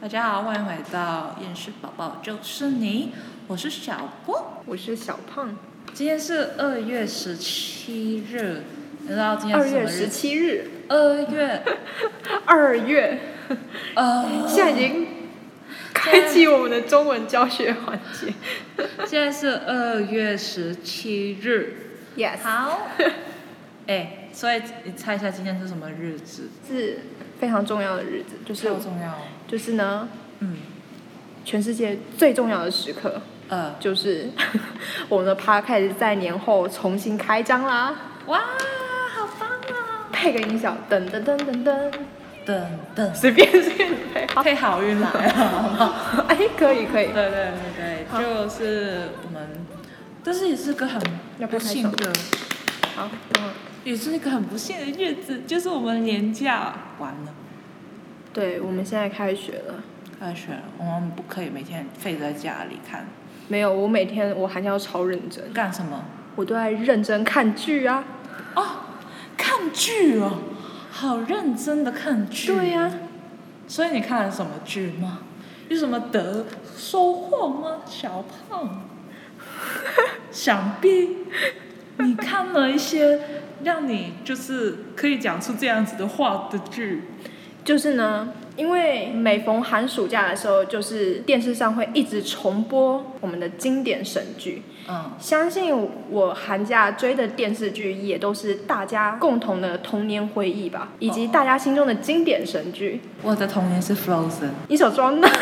大家好，欢迎回到厌世宝宝就是你，我是小郭。我是小胖。今天是二月十七日，你知道今天二是什月么十日？七日，二月， 二月，呃，现在已经开启我们的中文教学环节。现在是二月十七日。 Yes，好， 哎，所以你猜一下今天是什么日子？是非常重要的日子，就是超重要哦。就是呢，嗯，全世界最重要的时刻，呃，就是 我们的 p 开始在年后重新开张啦。哇，好棒啊！配个音效，噔噔噔噔噔，等等，随便随便配。好，配好运来啊了，好不好？哎，可以可以对，对对对，就是我们，但是也是个很要不不要拍幸手的，好，嗯，也是一个很不幸的日子，就是我们年假完了，对，我们现在开学了。开学了，我们不可以每天废在家里看没有，我每天我寒假要超认真，干什么？我都在认真看剧啊。哦，看剧哦，好认真的看剧。对呀、所以你看了什么剧吗？有什么得收获吗，小胖？ 想必你看了一些让你就是可以讲出这样子的话的剧。就是呢，因为每逢寒暑假的时候，就是电视上会一直重播我们的经典神剧。嗯，相信我寒假追的电视剧也都是大家共同的童年回忆吧，以及大家心中的经典神剧。我的童年是 Frozen。你手装的，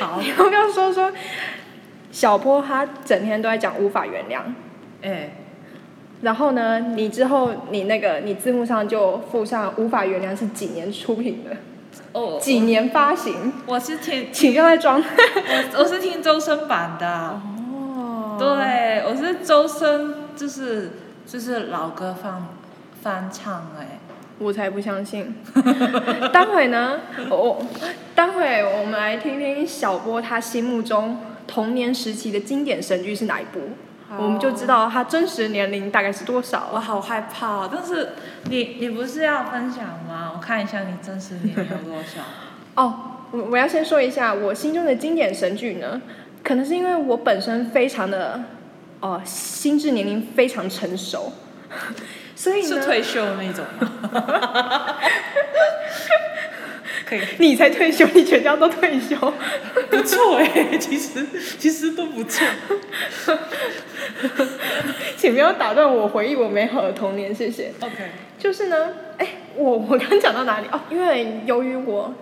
好，你要不要说说？小波他整天都在讲无法原谅，哎、然后呢，你之后你那个你字幕上就附上无法原谅是几年出品的，哦，几年发行，我是听请不要再装。 我我是听周深版的，哦，对，我是周深，就是就是老歌翻翻唱哎、我才不相信。待会呢，我待会我们来听听小波他心目中童年时期的经典神剧是哪一部，好我们就知道他真实年龄大概是多我少。好害怕、哦，但是你你不是要分享吗？我看一下你真实年龄有多 少。哦，我我要先说一下我心中的经典神剧呢，可能是因为我本身非常的哦、心智年龄非常成熟，所以是呢，退休的那种吗？ 可以，你才退休，你全家都退休。不错哎，其实其实都不错。请不要打断我回忆我美好的童年，谢谢。 OK，就是呢，哎，我我刚讲到哪里哦？因为由于我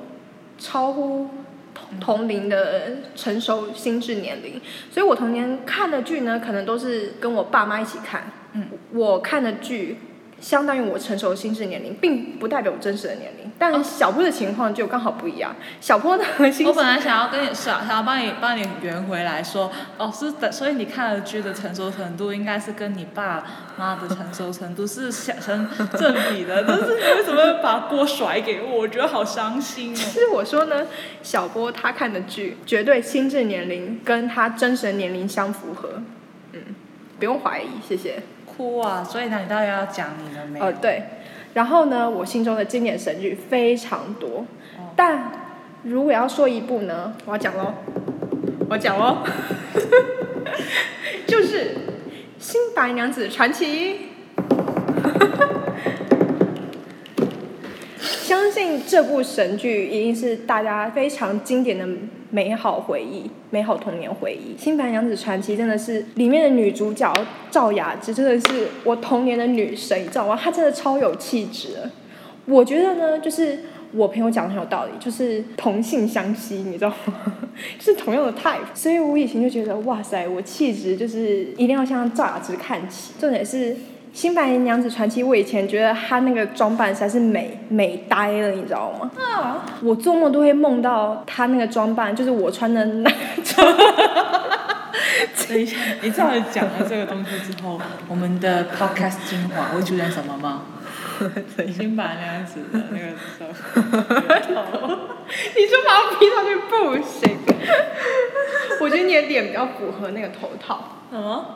超乎同同龄的成熟心智年龄，所以我童年看的剧呢，可能都是跟我爸妈一起看。嗯，我看的剧相当于我成熟心智年龄，并不代表我真实的年龄。但小波的情况就刚好不一样，小波的核心哦我本来想要跟你想想要帮你帮你圆回来说，哦是的，所以你看了剧的成熟程度应该是跟你爸妈的成熟程度是相成正比的，但是你为什么把锅甩给我？我觉得好伤心哦。 是我说呢，小波他看的剧绝对心智年龄跟他真实年龄相符合，嗯，不用怀疑，谢谢。哭啊！所以呢，你到底要讲你的美？呃，对。然后呢，我心中的经典神剧非常多，哦但如果要说一部呢，我要讲喽，我讲喽， 就是《新白娘子传奇》。相信这部神剧一定是大家非常经典的美好回忆、美好童年回忆。《新白娘子传奇》真的是里面的女主角赵雅芝，真的是我童年的女神，你知道吗？她真的超有气质的。我觉得呢，就是我朋友讲的很有道理，就是同性相吸，你知道吗？是同样的 type，所以我以前就觉得，哇塞，我气质就是一定要向赵雅芝看齐。重点是《新白娘子传奇》，我以前觉得她那个装扮实在是美美呆了，你知道吗？啊，我做梦都会梦到她那个装扮，就是我穿的那 种。等一下，你知道你讲了这个东西之后，我们的 podcast 精华会出现什么 吗？新白娘子的那 个你就把我逼上去不行。 我觉得你的脸比较符合那个头套，什么？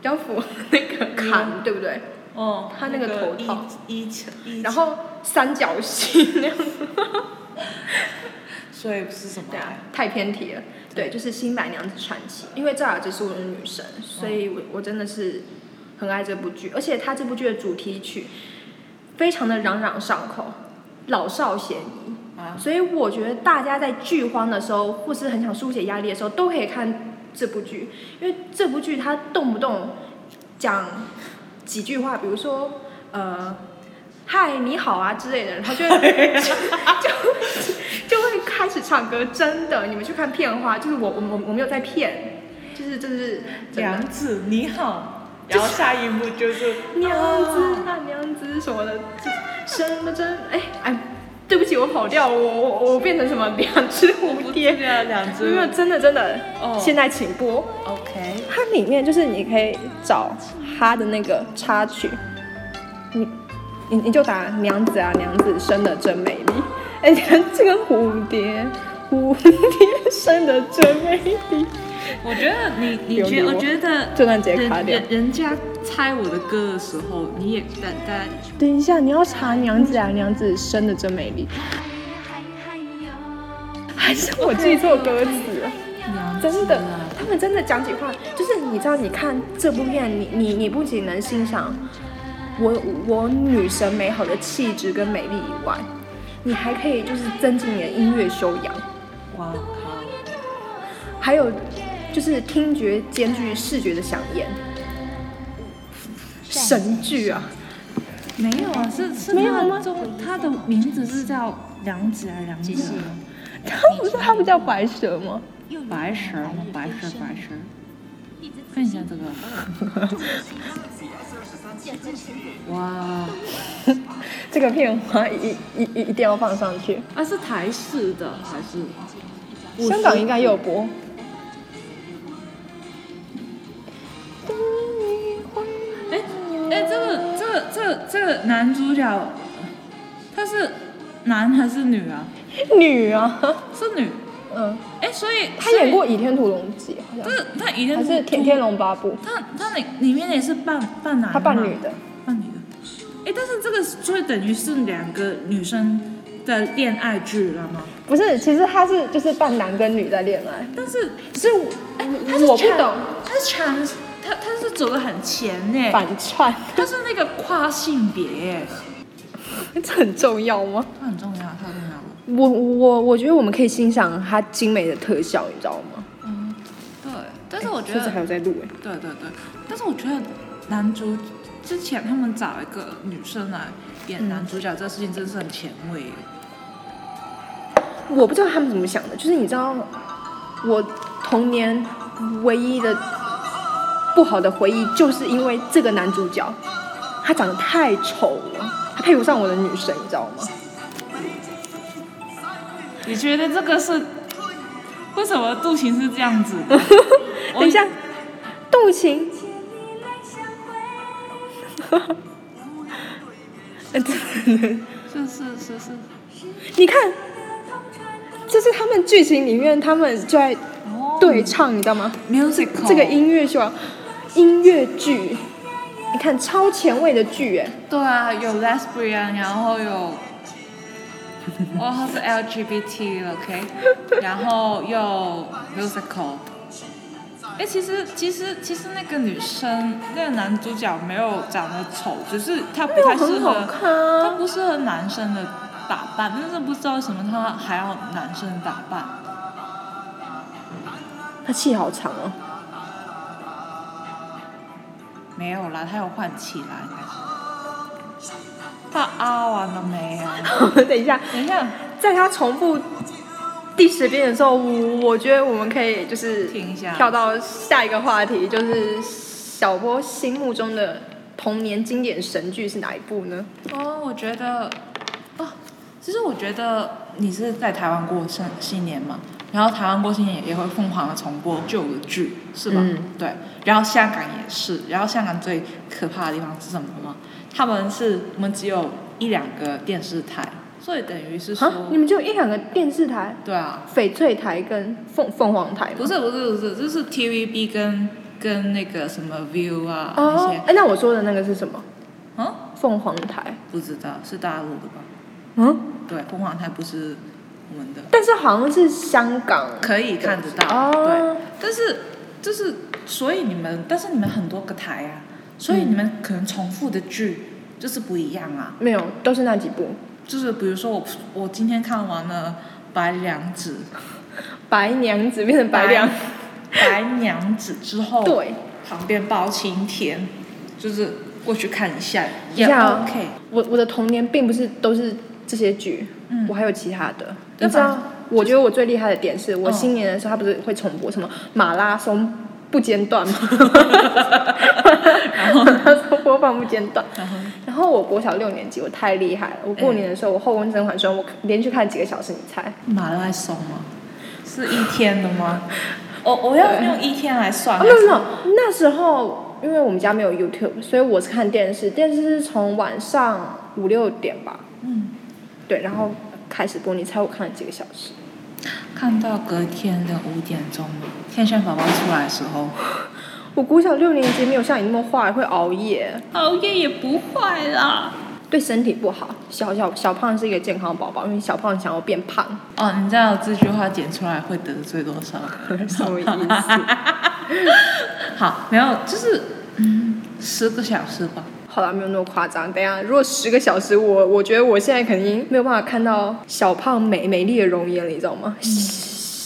比较符合那个坎，对不对？哦，他那个头套一一，然后三角形那样子。所以是什么对？啊，太偏题了。对，就是《新白娘子传奇》，因为赵雅芝是我的女神，所以我我真的是很爱这部剧，而且它这部剧的主题曲非常的朗朗上口，老少咸宜。啊，所以我觉得大家在剧荒的时候，或是很想疏解压力的时候，都可以看这部剧，因为这部剧它动不动讲几句话，比如说呃，嗨你好啊之类的，他就会 就就就会开始唱歌。真的，你们去看片花，就是我我我我没有在骗，就是这是真的娘子你 好，然后下一幕就是娘子啊啊娘子什么的，这什么真哎哎，对不起我跑调，我我我变成什么两只蝴蝶。对啊，两没有，只真的真的，哦现在请播。 ，OK，它里面就是你可以找它的那个插曲，你你你就打娘子啊娘子生的真美丽，哎，你 看这个蝴蝶，蝴蝶生的真美丽，我觉得你你觉留给我我觉得这段直接人卡掉人。人家猜我的歌的时候，你也大大等一下，你要查娘子啊娘子生的真美丽， 还是我记错歌词了？娘子啊真的，他们真的讲起话，就是你知道，你看这部片，你你你不仅能欣赏我我女神美好的气质跟美丽以外，你还可以就是增进你的音乐修养，哇靠，还有就是听觉兼具视觉的响应，神剧啊！ 没有啊，是是没有他吗中他的名字是叫娘子啊娘子啊，它不是它不叫白蛇吗？白蛇吗？白蛇白蛇，看一下 这个，哇，这个片花一一一一定要放上去，啊是台式的还是？香港应该也有播。哎哦哎，这个这个这个这个男主角，他是男还是女啊？女啊，是女。嗯，哎，所以她演过《倚天屠龙记》，好像所以这他以前还是《天天龙八部》，他他里里面也是扮扮男，她扮女，的，扮女的。哎，但是这个就会等于是两个女生的恋爱剧了吗？不是，其实她是就是扮男跟女在恋爱，但是是我哎，他是我不 trans- 懂他是 trans，他他是走的很前呢，反串，他是那个跨性别耶， 这很重要吗？他很重要，他很重要。我我我觉得我们可以欣赏她精美的特效，你知道吗？嗯，对，但是我觉甚至得还有在录哎，对对对，但是我觉得男主之前他们找一个女生来嗯演男主角，这事情真是很前 卫耶。我不知道他们怎么想的，就是你知道，我童年唯一的不好的回忆，就是因为这个男主角，他长得太丑了，他配不上我的女神，你知道吗？你觉得这个是为什么杜琴是这样子 的？我等一下，动情。呃真的是是是是，你看，这是他们剧情里面他们就在哦对唱，你知道吗？ musical 这个音乐秀，音乐剧，你看超前卫的剧哎，对啊，有 lesbian，然后有。哦，他是 LGBT，OK，、然后又 musical。哎，其实其实其实那个女生，那个男主角没有长得丑，只是他不没有太适哎很好合，看他啊。不适合男生的打扮，但是不知道为什么他还要男生打扮。他气好长哦， 没有啦，他有换气啦，应该是。他啊完了没有？等一下，等一下，在他重复第十遍的时候，我我觉得我们可以就是停一下跳到下一个话题，就是小波心目中的童年经典神剧是哪一部呢？哦，我觉得，哦，其实我觉得你是在台湾过新新年嘛，然后台湾过新年也会疯狂的重播旧的剧，是吧？嗯对，然后香港也是，然后香港最可怕的地方是什么吗？他们是我们只有一两个电视台，所以等于是说啊，，你们就一两个电视台，对啊，翡翠台跟凤凤凰台不吗？是不是不是，就是 TVB 跟跟那个什么 View 啊、那哦些，嗯哎，那我说的那个是什么？凤凰台，不知道是大陆的吧？嗯，对，凤凰台不是我们的，但是好像是香港可以看得到。对，哦，但是就是所以你们，但是你们很多个台啊，所以你们可能重复的剧就是不一样啊。没有，都是那几部，就是比如说我我今天看完了《白娘子《白娘子》变成 白娘，》， 《白哦娘子》之后，对，旁边包青天，就是过去看一下也一下 OK。我我的童年并不是都是这些剧，嗯我还有其他的。对你知道，我觉得我最厉害的点是我嗯新年的时候，他不是会重播什么马拉松不间断吗？ 然后，马拉松播放不间断。然后然后我国小六年级，我太厉害了！我嗯过年的时候，我《后宫甄嬛传》，我连续看几个小时，你猜？马拉松吗？是一天的 吗？我我要对用一天来算。啊，没有没有，那时候因为我们家没有 YouTube，所以我是看电视，电视是从晚上五六点吧，嗯，对，然后开始播。你猜我看了几个小时？看到隔天的五点钟吗？天线宝宝出来的时候，我国小六年级没有像你那么坏，会熬夜，熬夜也不坏啦。对身体不好。小小小胖是一个健康宝宝，因为小胖想要变胖，哦，你知道这句话剪出来会得罪多少人？什么意思？ 好，没有，就是嗯，十个小时吧。好啦，没有那么夸张。等一下，如果十个小时，我我觉得我现在肯定没有办法看到小胖美美丽的容颜了，你知道吗？嗯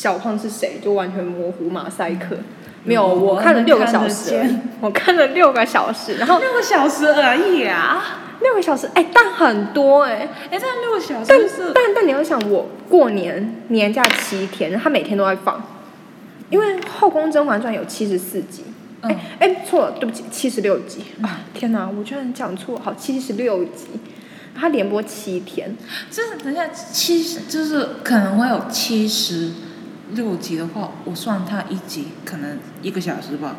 小胖是谁就完全模糊马赛克。没有，我我看了能六个嗯看小得时见，我看了六个小时，然后六个小时而已啊！六个小时，哎、但很多哎、哎，但六个小时但就是但但你要想，我过年年假七天，他每天都在放，因为《后宫甄嬛传》有七十四集，嗯，哎、错了，对不起，七十六集、嗯啊！天哪，我居然讲错，好，七十六集，他连播七天，嗯就是等一下七十，就是可能会有七十六集的话，我算它一集可能一个小时吧，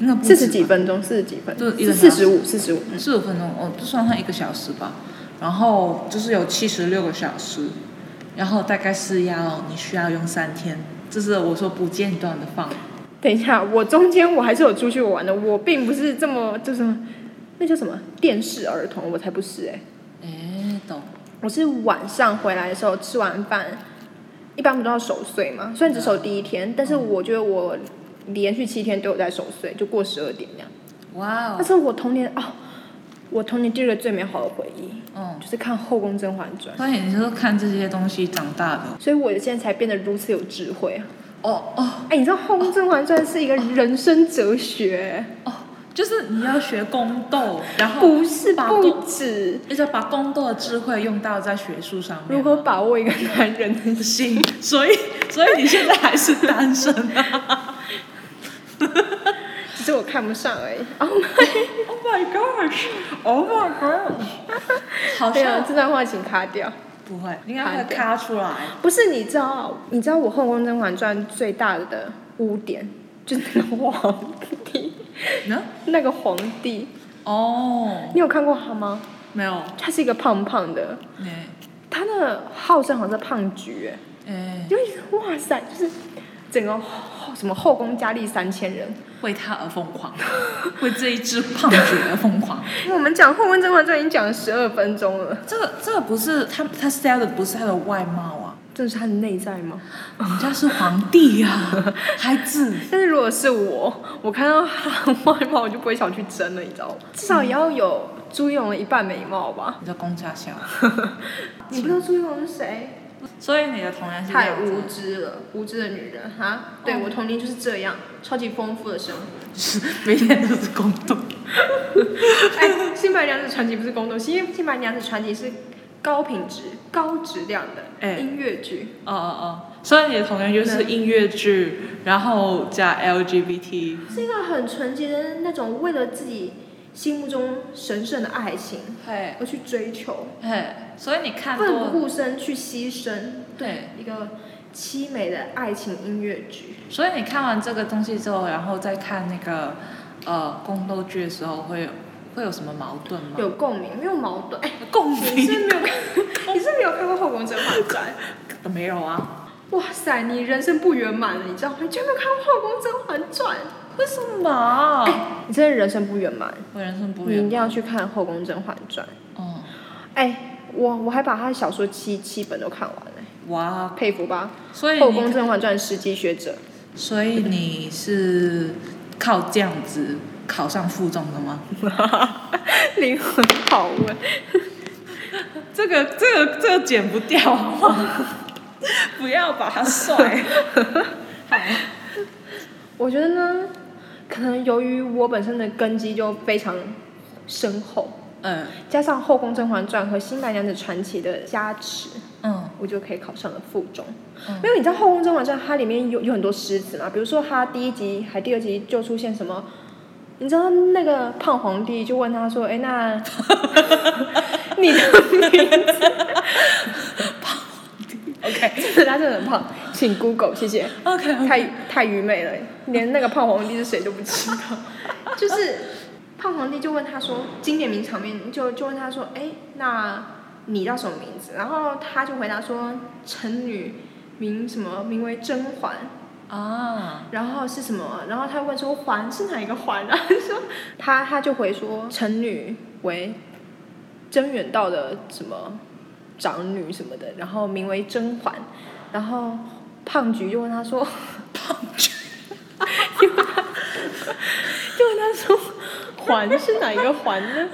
应该不止四吧十几，分钟，四十几分就钟，一个四小十时五，四十五，四十五分钟，我就算它一个小时吧。然后就是有七十六个小时，然后大概是要你需要用三天，这是我说不间断的放。等一下，我中间我还是有出去玩的，我并不是这么就是那叫什么电视儿童，我才不是哎、哎，懂。我是晚上回来的时候吃完饭，一般不都要守岁嘛？虽然只守第一天，但是我觉得我连续七天都有在守岁，就过十二点那样。哇但哦，是我童年哦，我童年第二个最美好的回忆嗯，就是看《后宫甄嬛传》，所以你就是看这些东西长大的。所以我现在才变得如此有智慧啊！哦哦哎，你知道《后宫甄嬛传》是一个人生哲学，哦，就是你要学宫斗，然后不是把宫不止一直嗯把宫斗的智慧用到在学术上面。如何把握一个男人的心。行，所以所以你现在还是单身啊只是我看不上而已。哦， ？Oh my gosh！Oh my god！好 对啊，像这段话请卡掉。不会，应该会卡出来。不是你知道，你知道我《后宫甄嬛传》最大的污点就是那个皇帝，呢？那个皇帝， 哦，你有看过他吗？没有，他是一个胖胖的，哎他的号称好像是胖菊，哎，哎你，就会觉得哇塞，就是整个后什么后宫佳丽三千人。为他而疯狂， 为这一只胖子而疯狂。我们讲《后宫甄嬛传》已经讲了十二分钟了，这个这个不是他他 sell 的不是他的外貌啊，这是他的内在吗？人家是皇帝 啊，还子但是如果是我，我看到他的外貌，我就不会想去争了，你知道吗？至少也要有朱一龙的一半美貌吧。你在公差小，你不知道朱一龙是谁？所以你的童年是这太样子。无知了，无知的女人哈。对、我童年就是这样，超级丰富的生活。是每天都是宫斗。哎，《新白娘子传奇》不是宫斗戏，《新白娘子传奇》是高品质、高质量的哎音乐剧。 哦哦哦，所以你的童年就是音乐剧，然后加 LGBT。是一个很纯洁的那种，为了自己心目中神圣的爱情嘿，而去追求，嘿，所以你看奋不多顾身去牺牲，对，一个凄美的爱情音乐剧。所以你看完这个东西之后，然后再看那个呃宫斗剧的时候会有会有什么矛盾吗？有共鸣，没有矛盾。哎、共你是鸣没有看， 你是没有看过《后宫甄嬛传》？没有啊？哇塞，你人生不圆满了，你知道吗？你居然没有看过《后宫甄嬛传》？为什么？你真的人生不圆满，我人生不你一圆定。要去看《后宫甄嬛传》。嗯，哎，我我还把他的小说七七本都看完了、哇，佩服吧！所以《后你宫甄嬛传》实际学者，所以你是靠这样子考上附中的吗？灵魂拷问。这个这个这个剪不掉好吗？ 不要把它 帅。好，我觉得呢，可能由于我本身的根基就非常深厚，嗯加上《后宫甄嬛传》和《新白娘子传奇》的加持，嗯我就可以考上了附中。嗯因为你知道《后宫甄嬛传》它里面有有很多诗词嘛，比如说它第一集还第二集就出现什么，你知道那个胖皇帝就问他说：“哎，那 你的名，OK 字？”他真的很胖，请 Google 谢谢。 OK， 太太愚昧了，连那个胖皇帝是谁都不知道。 就是胖皇帝就问他说，经典名场面就就问他说，哎，那你叫什么名字？然后他就回答说，臣女名什么，名为甄嬛。啊，然后是什么？然后他问说，嬛是哪一个嬛啊？然后说他 他就回说，臣女为甄远道的什么长女什么的，然后名为甄嬛。然后胖菊就问他说。 就问他说“环”是哪一个环呢？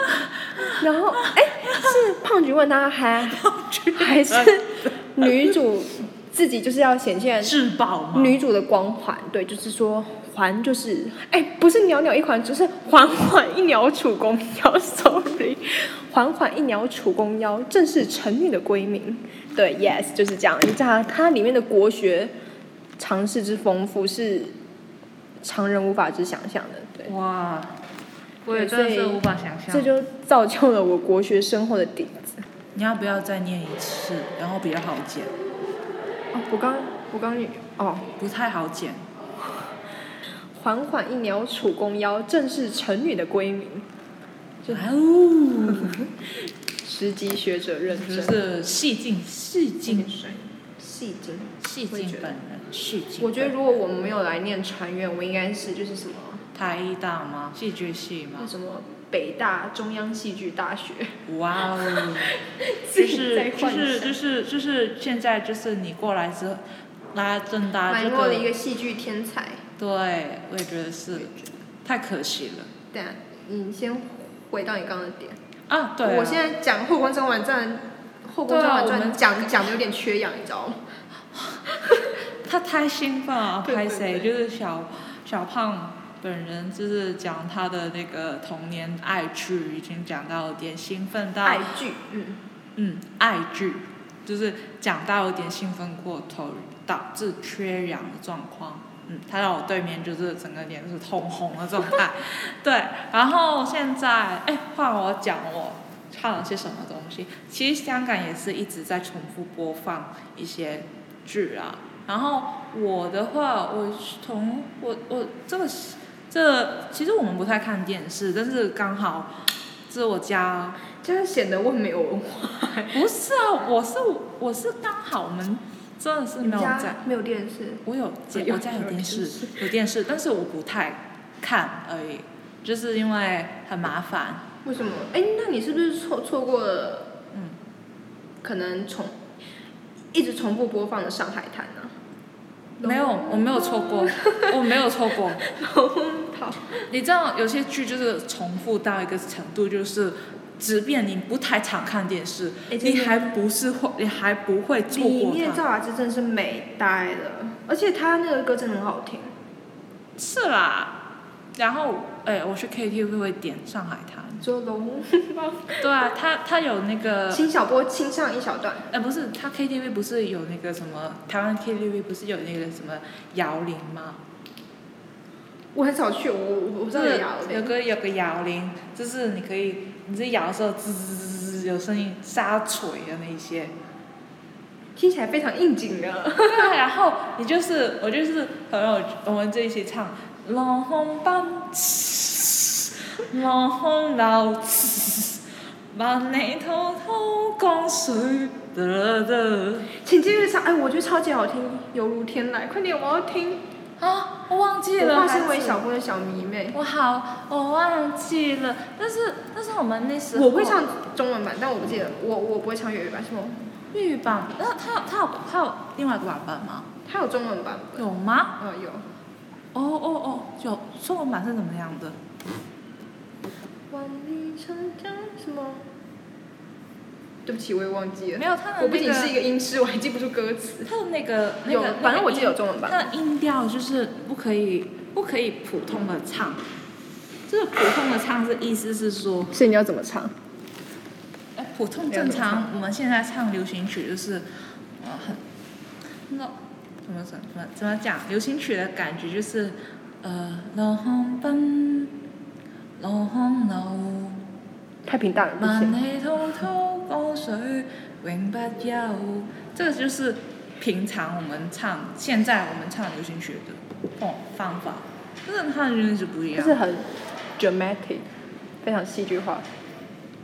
然后哎，是胖菊问他还还是女主自己就是要显 现质保吗？女主的光环，对，就是说环就是哎，不是袅袅一环，只是缓缓一袅楚公腰，sorry，缓 缓一袅楚公腰，正是臣女的闺名。对，yes，就是这样。你知道它里面的国学常识之丰富是常人无法之想象的，对。哇，我也对真的是所以无法想象。这就造就了我国学深厚的底子。你要不要再念一次，然后比较好剪？哦，我刚我刚哦，不太好剪。缓缓一袅楚公腰，正是臣女的闺名。就啊 呜，十级学者认就证，是戏精，戏精，戏精。戏我也精嗯觉得本人，戏精本人。我觉得如果我们没有来念传院，我应该是就是什么台艺大吗？戏剧系吗那？什么北大中央戏剧大学，哇哦！ 自就己是在就幻是就想。是就是现在就是你过来之后，拉正 大埋啊这没了一个，个戏剧天才。对，我也觉得是，太可惜了对啊，你先回到你刚刚的点。啊！对啊我现在讲《后宫甄嬛传》，《后宫甄对啊嬛我传们》讲讲的有点缺氧，你知道吗？他太兴奋了，对拍对谁对就是小小胖本人，就是讲他的那个童年爱剧，已经讲到有点兴奋到爱剧，嗯，嗯，爱剧就是讲到有点兴奋过头，导致缺氧的状况。嗯，他在我对面就是整个脸是通红的状态。 对，然后现在哎，换我讲我看了些什么东西。其实香港也是一直在重复播放一些剧啊。然后我的话，我从我我这个这其实我们不太看电视，但是刚好是我家这样显得我很没有文化。不是啊，我是我是刚好我们真的是你没们有家在，没有电视，我有没有我家有电没视有电有电视，但是我不太看而已，就是因为很麻烦。为什么？哎，那你是不是错错过了？嗯，可能重一直重复播放的《上海滩》呢？没有，我没有错过，我没有错过。龙套，你知道有些剧就是重复到一个程度，就是即便你不太常看电视，哎真你的还不是会，你还不会错里过面它。赵雅芝真的是美呆了，而且她那个歌真的很好听。是啦，然后哎，我去 KTV 会点《上海滩就龙》，对啊，它它有那个秦小波清唱一小段，呃，不是，他 KTV 不是有那个什么，台湾 KTV 不是有那个什么摇铃吗？我很少去，我啊我我不知道有雅有的。个有个摇铃，就是你可以你在摇的时候吱吱吱吱吱有声音，沙锤的那一些。听起来非常应景啊 的。对，啊然后你就是我就是朋友，我们这一起唱《老红斑》，老红老，把你偷偷灌水的的。请继续唱，哎，我觉得超级好听，犹如天籁。快点，我要听。啊，我忘记我了。化孩身为子小波的小迷妹。我好，我忘记了。但是但是我们那时候我会唱中文版，但我不记得，我我不会唱粤语版，是吗？粤语版，那他有他有他有另外一个版本吗？它有中文版本，有吗？呃，有。哦哦哦，有中文版是怎么样的？万里长江什么？对不起，我也忘记了。没有，他的我不那仅是一个个音痴，我还记不住歌词。他的那个那有个，，反正我记得有那个中文音版。他的音调就是不可以不可以普通的唱，这个普通的唱是意思是说，所以你要怎么唱？哎，普通没有正怎么常唱，我们现在唱流行曲就是，呃，很那种怎么怎么怎么怎么讲，流行曲的感觉就是，呃，老红奔，老红流。太平淡了，不萬行。里滔滔江水永不休。这个就是平常我们唱，现在我们唱流行曲的哦方法，就是它的韵律是不一就样是，很 dramatic，非常戏剧化，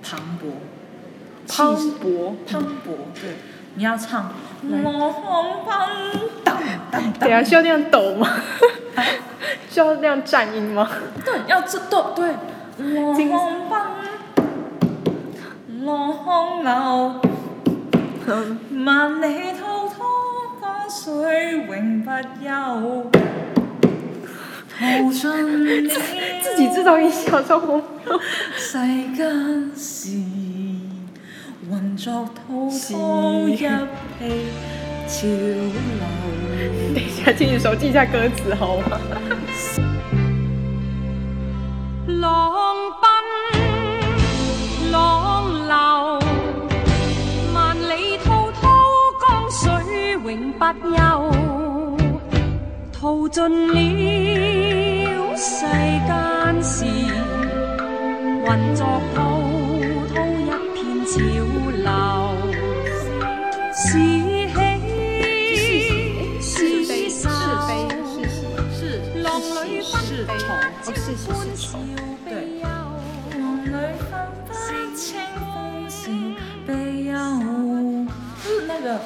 磅磅礴，气礴。磅礴，对，你要唱魔红奔，当当等一下当，需要那样抖吗？需要那样颤音吗？对，要这对对，魔精红奔，魔红流。萬里滔滔江水永不休，淘盡了自己制造音效超荒谬。世間事，混作滔滔一氣潮流。等一下，请你手记一下歌词好吗？浪奔浪流，萬里滔滔江水永不休，淘盡了世間事，混作滔滔一片潮流，是喜是是非，是愁。非，是喜。是浪里奔是奔愁，哦是喜是愁。对浪裏分不清風是悲憂，就是那個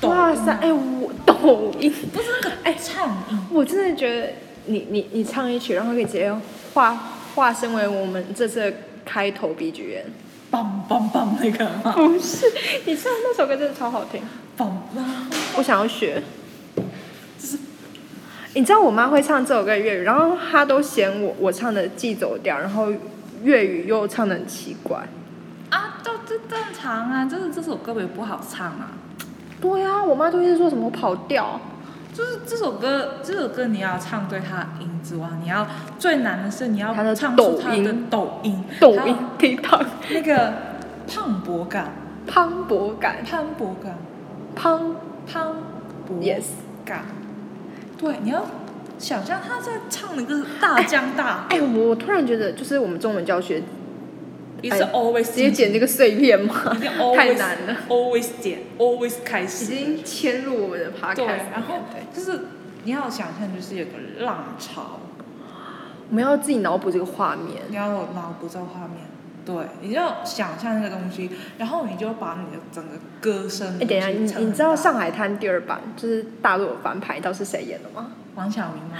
抖哇音塞，哎、我抖音，不是那個哎唱音。我真的觉得你你你唱一曲，然后可以直接化化身为我们这次的开头 BGM。棒棒棒那个吗？不哦是，你唱那首歌真的超好听，棒棒，我想要学。你知道我妈会唱这首歌的粤语，然后她都嫌我我唱的既走调，然后粤语又唱的很奇怪。啊，都这正常啊，就是这首歌也不好唱啊，对啊，我妈都一直说什么我跑调，就是这首歌，这首歌你要唱对它的音之外，你要最难的是你要它的唱抖出它的音抖音，抖还有 音、TikTok，那个磅礴感，磅礴感，磅礴感，磅磅礴 yes，感，对，你要想象他在唱那个大江 大哎、我突然觉得，就是我们中文教学也是 always 哎直接剪这个碎片嘛一定，太 always 难了， always 点 always 开始，已经迁入我们的 podcast 对里面。，然后对，就是你要想象，就是有个浪潮，我们要自己脑补这个画面。你要脑补这个画面，对，你要想象那个东西，然后你就把你的整个歌声。哎、等一下，你你知道《上海滩》第二版就是大陆有翻拍，你知道是谁演的吗？王小明 吗？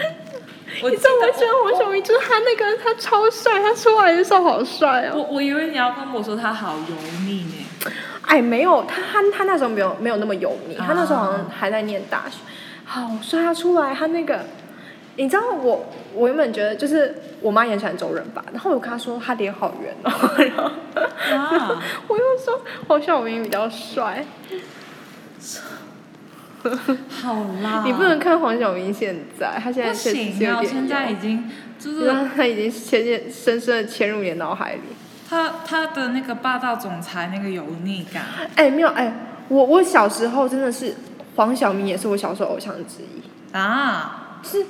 我你知道我觉得王小明就是他那个他超帅，他出来的时候好帅我哦。我以为你要跟我说他好油腻呢，哎，没有他他他那时候没有没有那么油腻，啊他那时候好像还在念大学，好帅，他出来他那个。你知道我，我原本觉得就是我妈也很喜欢周润发，然后我跟她说她脸好圆哦， 然后 啊，我又说黄晓明比较帅，好啦，你不能看黄晓明现在，他现在啊不确实是行有啊，点现在已油，啊经就就是是他他已经深深深深的潜入你的脑海里。他他的那个霸道总裁那个油腻感，哎，没有哎，我我小时候真的是黄晓明也是我小时候偶像之一，啊，就是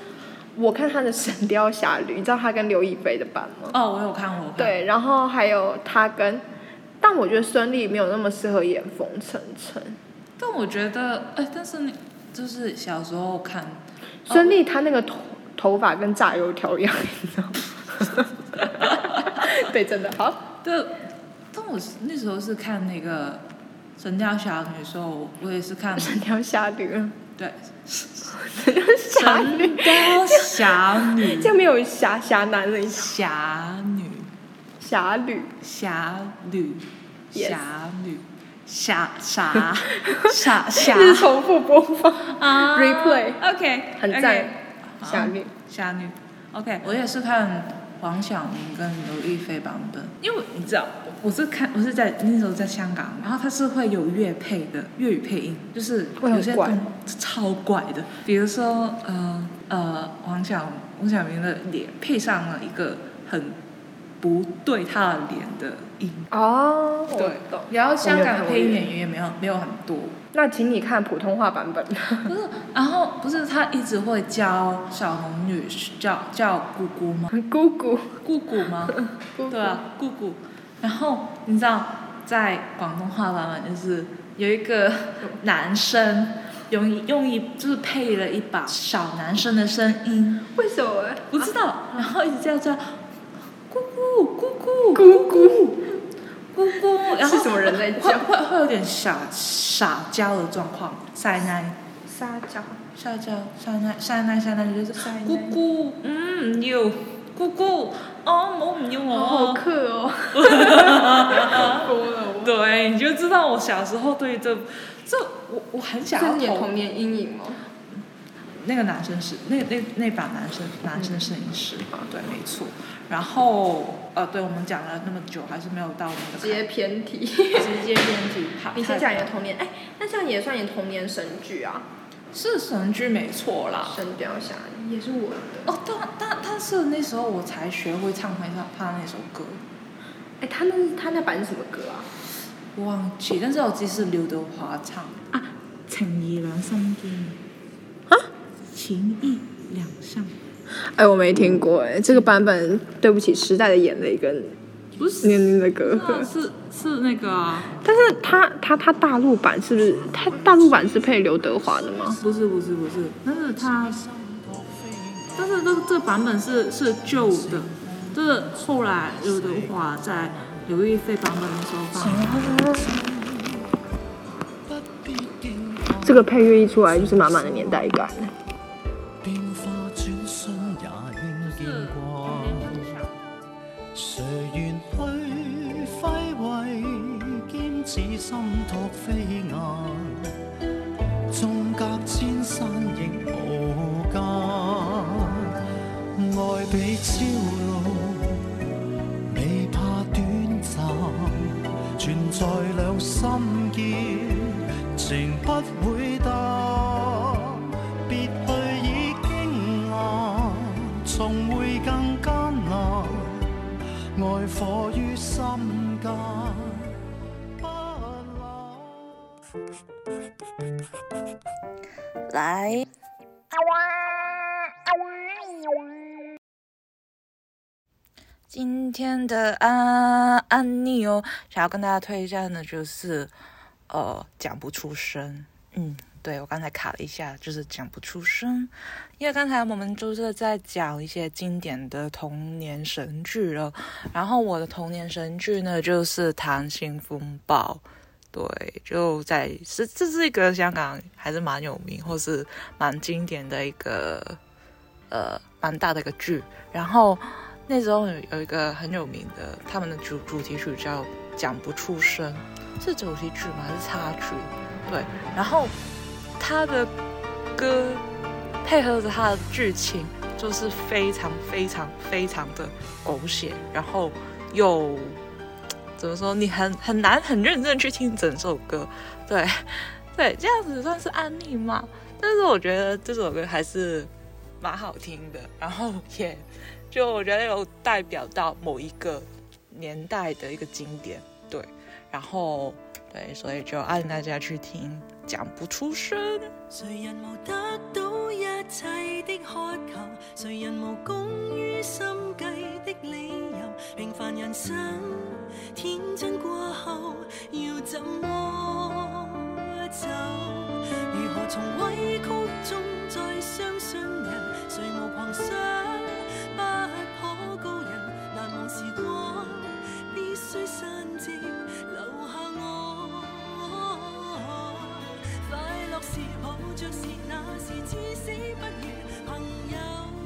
我看他的《神雕侠侣》，你知道他跟刘亦菲的版吗？哦，我有看，我有看，对，然后还有他跟，但我觉得孙俪没有那么适合演冯程程。但我觉得，哎，但是你就是小时候看，孙俪她那个头头发跟炸油条一样，你知道吗？ 对，真的好。对，但我是 那时候是看那个《神雕侠侣》的时候，我也是看《神雕侠侣》对， 侠女，神雕侠女这，样没有侠侠男了，侠女，侠侣，侠女， Yes 侠女，侠傻傻 一侠 直重复播放。啊 replay OK，很赞侠女，侠女，OK，我也是看黄晓明跟刘亦菲版本，因为你知道，我是看我是在那时候在香港，然后它是会有粤配的粤语配音，就是会很有些怪动超怪的，比如说呃呃黄晓黄晓明的脸配上了一个很不对他的脸的音。哦，我对懂。，然后香港的我没有看过配音粤语演员也没有没有很多，那请你看普通话版本。不是，然后不是他一直会教小红女叫叫姑姑吗？ 姑姑，姑姑吗？ 姑姑对啊，姑姑。然后你知道，在广东话版本就是有一个男生用一用一就是配了一把小男生的声音，为什么？不知道，然后一直这样叫姑姑姑姑姑姑，姑姑，然后 是什么人在叫会会会有点傻傻娇的状况，塞奶。 撒娇。撒娇，撒奶，撒奶，撒奶，就是撒奶姑姑，嗯，唔要，姑姑，哦，冇唔要好我，客 哦。多了我。 对，你就知道我小时候对这这我我很想这是你要的投童年阴影哦。那个男生是那那那把男生男生摄影师，对，没错。然后呃，对我们讲了那么久，还是没有到我们的直接偏题。开直接编辑，好 你太先讲你的童年，哎，那这样也算你童年神剧啊，是神剧没错啦《。神雕侠侣》也是我的。哦，但但但是那时候我才学会唱回他他那首歌，哎，他那他那版是什么歌啊？忘记，但是我记得是刘德华唱啊，情义两心间啊情义两相，哎，我没听过哎，这个版本对不起时代的眼泪跟不是年龄的隔啊是是那个啊，但是他他他大陆版是不是他大陆版是配刘德华的吗？不是不是不是，但是他，但是这个这个版本是是旧的，就是后来刘德华在刘亦菲版本的时候放，这个配乐一出来就是满满的年代感。變化轉瞬也應見過，誰願去揮慧，兼此心托飛雁，縱隔千山亦無間，愛比朝露，未怕短暫，存在兩心結，情不會淡，別去已經冷，重會更艱難，愛火於心間。不冷。来。今天的安安妮哦，想要跟大家推荐的就是，呃，讲不出声。嗯，对我刚才卡了一下，就是讲不出声，因为刚才我们就是在讲一些经典的童年神剧了。然后我的童年神剧呢，就是《溏心风暴》。对，就在是这是一个香港还是蛮有名，或是蛮经典的一个呃蛮大的一个剧。然后那时候有有一个很有名的，他们的主主题曲叫《讲不出声》，是主题曲吗？还是插曲？对，然后他的歌配合着他的剧情，就是非常非常非常的狗血，然后又怎么说，你很很难很认真地去听整首歌，对，对，这样子算是安利吗？但是我觉得这首歌还是蛮好听的，然后也就我觉得有代表到某一个年代的一个经典，对，然后对，所以就按大家去听，讲不出声。谁人无得到一切的渴求？谁人无功于心计的理由？平凡人生，天真过后，要怎么走？如何从委曲中再相信人？谁无狂想，不可告人。难忘时光，必须散寂，留下我。快樂是是抱着是那是至死不渝朋友。